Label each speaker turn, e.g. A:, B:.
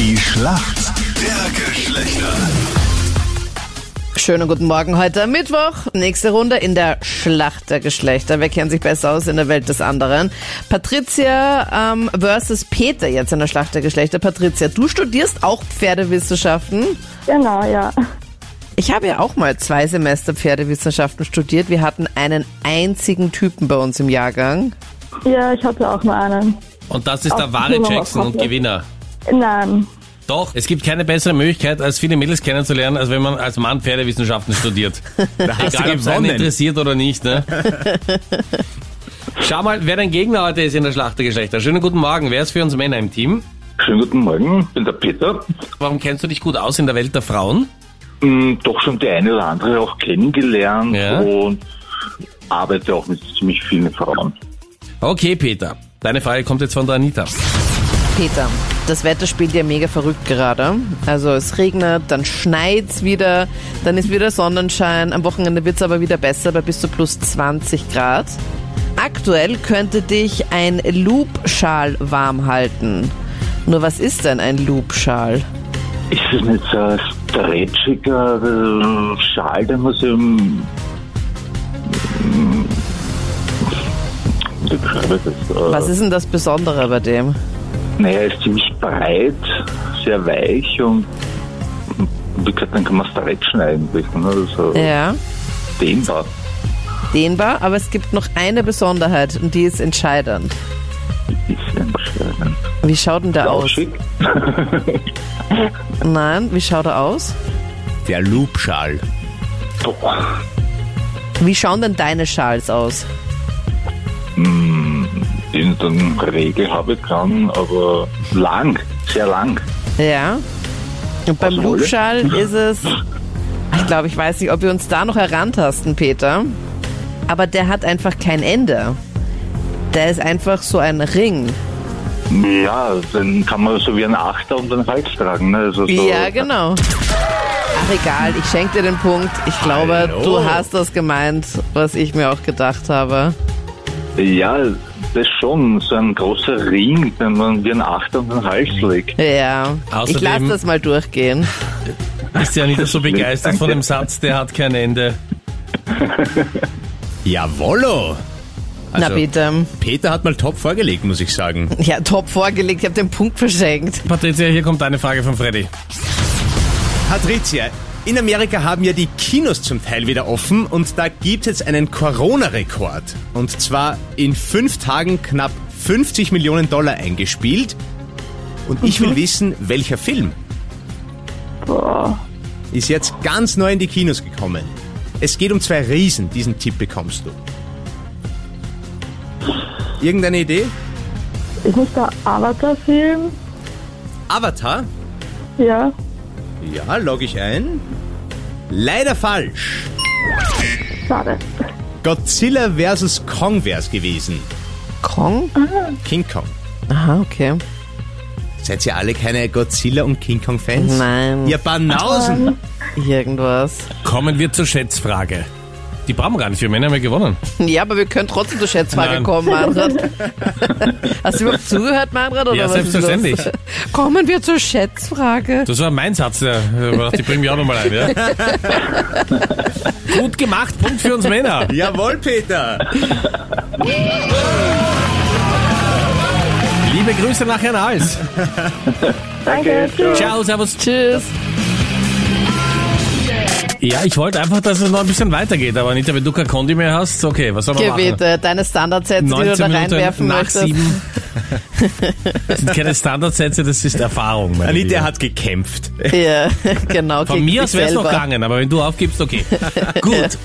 A: Schlacht der Geschlechter.
B: Schönen guten Morgen heute Mittwoch. Nächste Runde in der Schlacht der Geschlechter. Wer kennt sich besser aus in der Welt des anderen? Patricia ähm, versus Peter jetzt in der Schlacht der Geschlechter. Patricia, du studierst auch Pferdewissenschaften.
C: Genau, ja.
B: Ich habe ja auch mal zwei Semester Pferdewissenschaften studiert. Wir hatten einen einzigen Typen bei uns im Jahrgang.
C: Ja, ich hatte auch nur einen.
D: Und das ist der
C: Ach,
D: wahre
C: nur noch
D: Jackson
C: was
D: und
C: komplett.
D: Gewinner.
C: Nein.
D: Doch, es gibt keine bessere Möglichkeit, als viele Mädels kennenzulernen, als wenn man als Mann Pferdewissenschaften studiert. Egal, ob es einen interessiert oder nicht. Ne? Schau mal, wer dein Gegner heute ist in der Schlacht der Geschlechter. Schönen guten Morgen. Wer ist für uns Männer im Team?
E: Schönen guten Morgen, ich bin der Peter.
D: Warum kennst du dich gut aus in der Welt der Frauen?
E: Hm, doch schon die eine oder andere auch kennengelernt
D: Ja.
E: und arbeite auch mit ziemlich vielen Frauen.
D: Okay, Peter. Deine Frage kommt jetzt von der Anita.
B: Peter, das Wetter spielt ja mega verrückt gerade. Also es regnet, dann schneit's wieder, dann ist wieder Sonnenschein. Am Wochenende wird's aber wieder besser bei bis zu plus 20 Grad. Aktuell könnte dich ein Loopschal warm halten. Nur was ist denn ein Loopschal?
E: Ist es nicht so ein stretchiger äh, Schal, den man so im... Hm, Wie beschreibe ich das? Äh,
B: Was ist denn das Besondere bei dem?
E: Naja, er ist ziemlich breit, sehr weich und wie gesagt, dann kann man stretchen eigentlich. Ne? Also
B: Ja,
E: dehnbar.
B: dehnbar, aber es gibt noch eine Besonderheit und die ist entscheidend.
E: Ist entscheidend.
B: Wie schaut denn der
E: Auch
B: aus?
E: schick.
B: Nein, wie schaut er aus?
F: Der Loopschal.
E: Doch.
B: Wie schauen denn deine Schals aus?
E: irgendeine Regel habe ich dran, aber lang, sehr lang.
B: Ja. Und beim
E: Aus Wolle?
B: Lufschall ist es. Ich glaube, ich weiß nicht, ob wir uns da noch herantasten, Peter. Aber der hat einfach kein Ende. Der ist einfach so ein Ring.
E: Ja, dann kann man so wie ein Achter um den Hals tragen. Ne? Also so,
B: Ja, genau. Ach egal, ich schenke dir den Punkt. Ich glaube,
F: Hallo.
B: du hast das gemeint, was ich mir auch gedacht habe.
E: Ja, das schon, so ein großer Ring, den man wie ein Achter um den Hals legt.
B: Ja. ich
D: Außerdem-
B: lasse das mal durchgehen.
D: Ist ja Anita so begeistert von dem Satz, der hat kein Ende.
F: Jawollo!
B: Na bitte.
F: Peter hat mal top vorgelegt, muss ich sagen.
B: Ja, top vorgelegt. Ich habe den Punkt verschenkt.
D: Patricia, hier kommt deine Frage von Freddy.
F: Patricia, in Amerika haben ja die Kinos zum Teil wieder offen und da gibt es einen Corona-Rekord. Und zwar in fünf Tagen knapp 50 Millionen Dollar eingespielt. Und ich will wissen, welcher Film
C: Boah.
F: ist jetzt ganz neu in die Kinos gekommen. Es geht um zwei Riesen, diesen Tipp bekommst du. Irgendeine Idee?
C: Ist nicht der Avatar-Film?
F: Avatar?
C: Ja.
F: Ja, log ich ein. Leider falsch.
C: Schade.
F: Godzilla vs. Kong wär's gewesen.
B: Kong?
F: King Kong.
B: Aha, okay.
F: Seid ihr alle keine Godzilla und King Kong Fans?
B: Nein.
F: Ihr Banausen!
B: Irgendwas.
D: Kommen wir zur Schätzfrage. Die brauchen wir gar nicht, wir Männer haben ja gewonnen.
B: Ja, aber wir können trotzdem zur Schätzfrage
D: Nein.
B: kommen, Manfred. Hast du überhaupt zugehört, Manfred? Oder
D: Ja,
B: was ist los?
D: selbstverständlich.
B: Kommen wir zur Schätzfrage.
D: Das war mein Satz, der, die bringen wir auch nochmal ein. Ja? Gut gemacht, Punkt für uns Männer.
F: Jawohl, Peter!
D: Liebe Grüße nach Herrn Hals.
C: Danke. Tschüss.
D: Ciao, servus.
B: Tschüss.
D: Ja, ich wollte einfach, dass es noch ein bisschen weitergeht, aber Anita, wenn du kein Kondi mehr hast, okay, was soll man machen?
B: Gebete, deine Standardsätze, die du
D: 19
B: da
D: Minuten
B: reinwerfen
D: nach
B: möchtest.
D: sieben. Das sind keine Standardsätze, das ist Erfahrung. Meine
F: Anita
D: Liebe.
F: hat gekämpft.
B: Ja, genau.
D: Von
B: gegen
D: mir
B: dich
D: aus wäre es noch
B: selber.
D: gegangen, aber wenn du aufgibst, okay. Gut,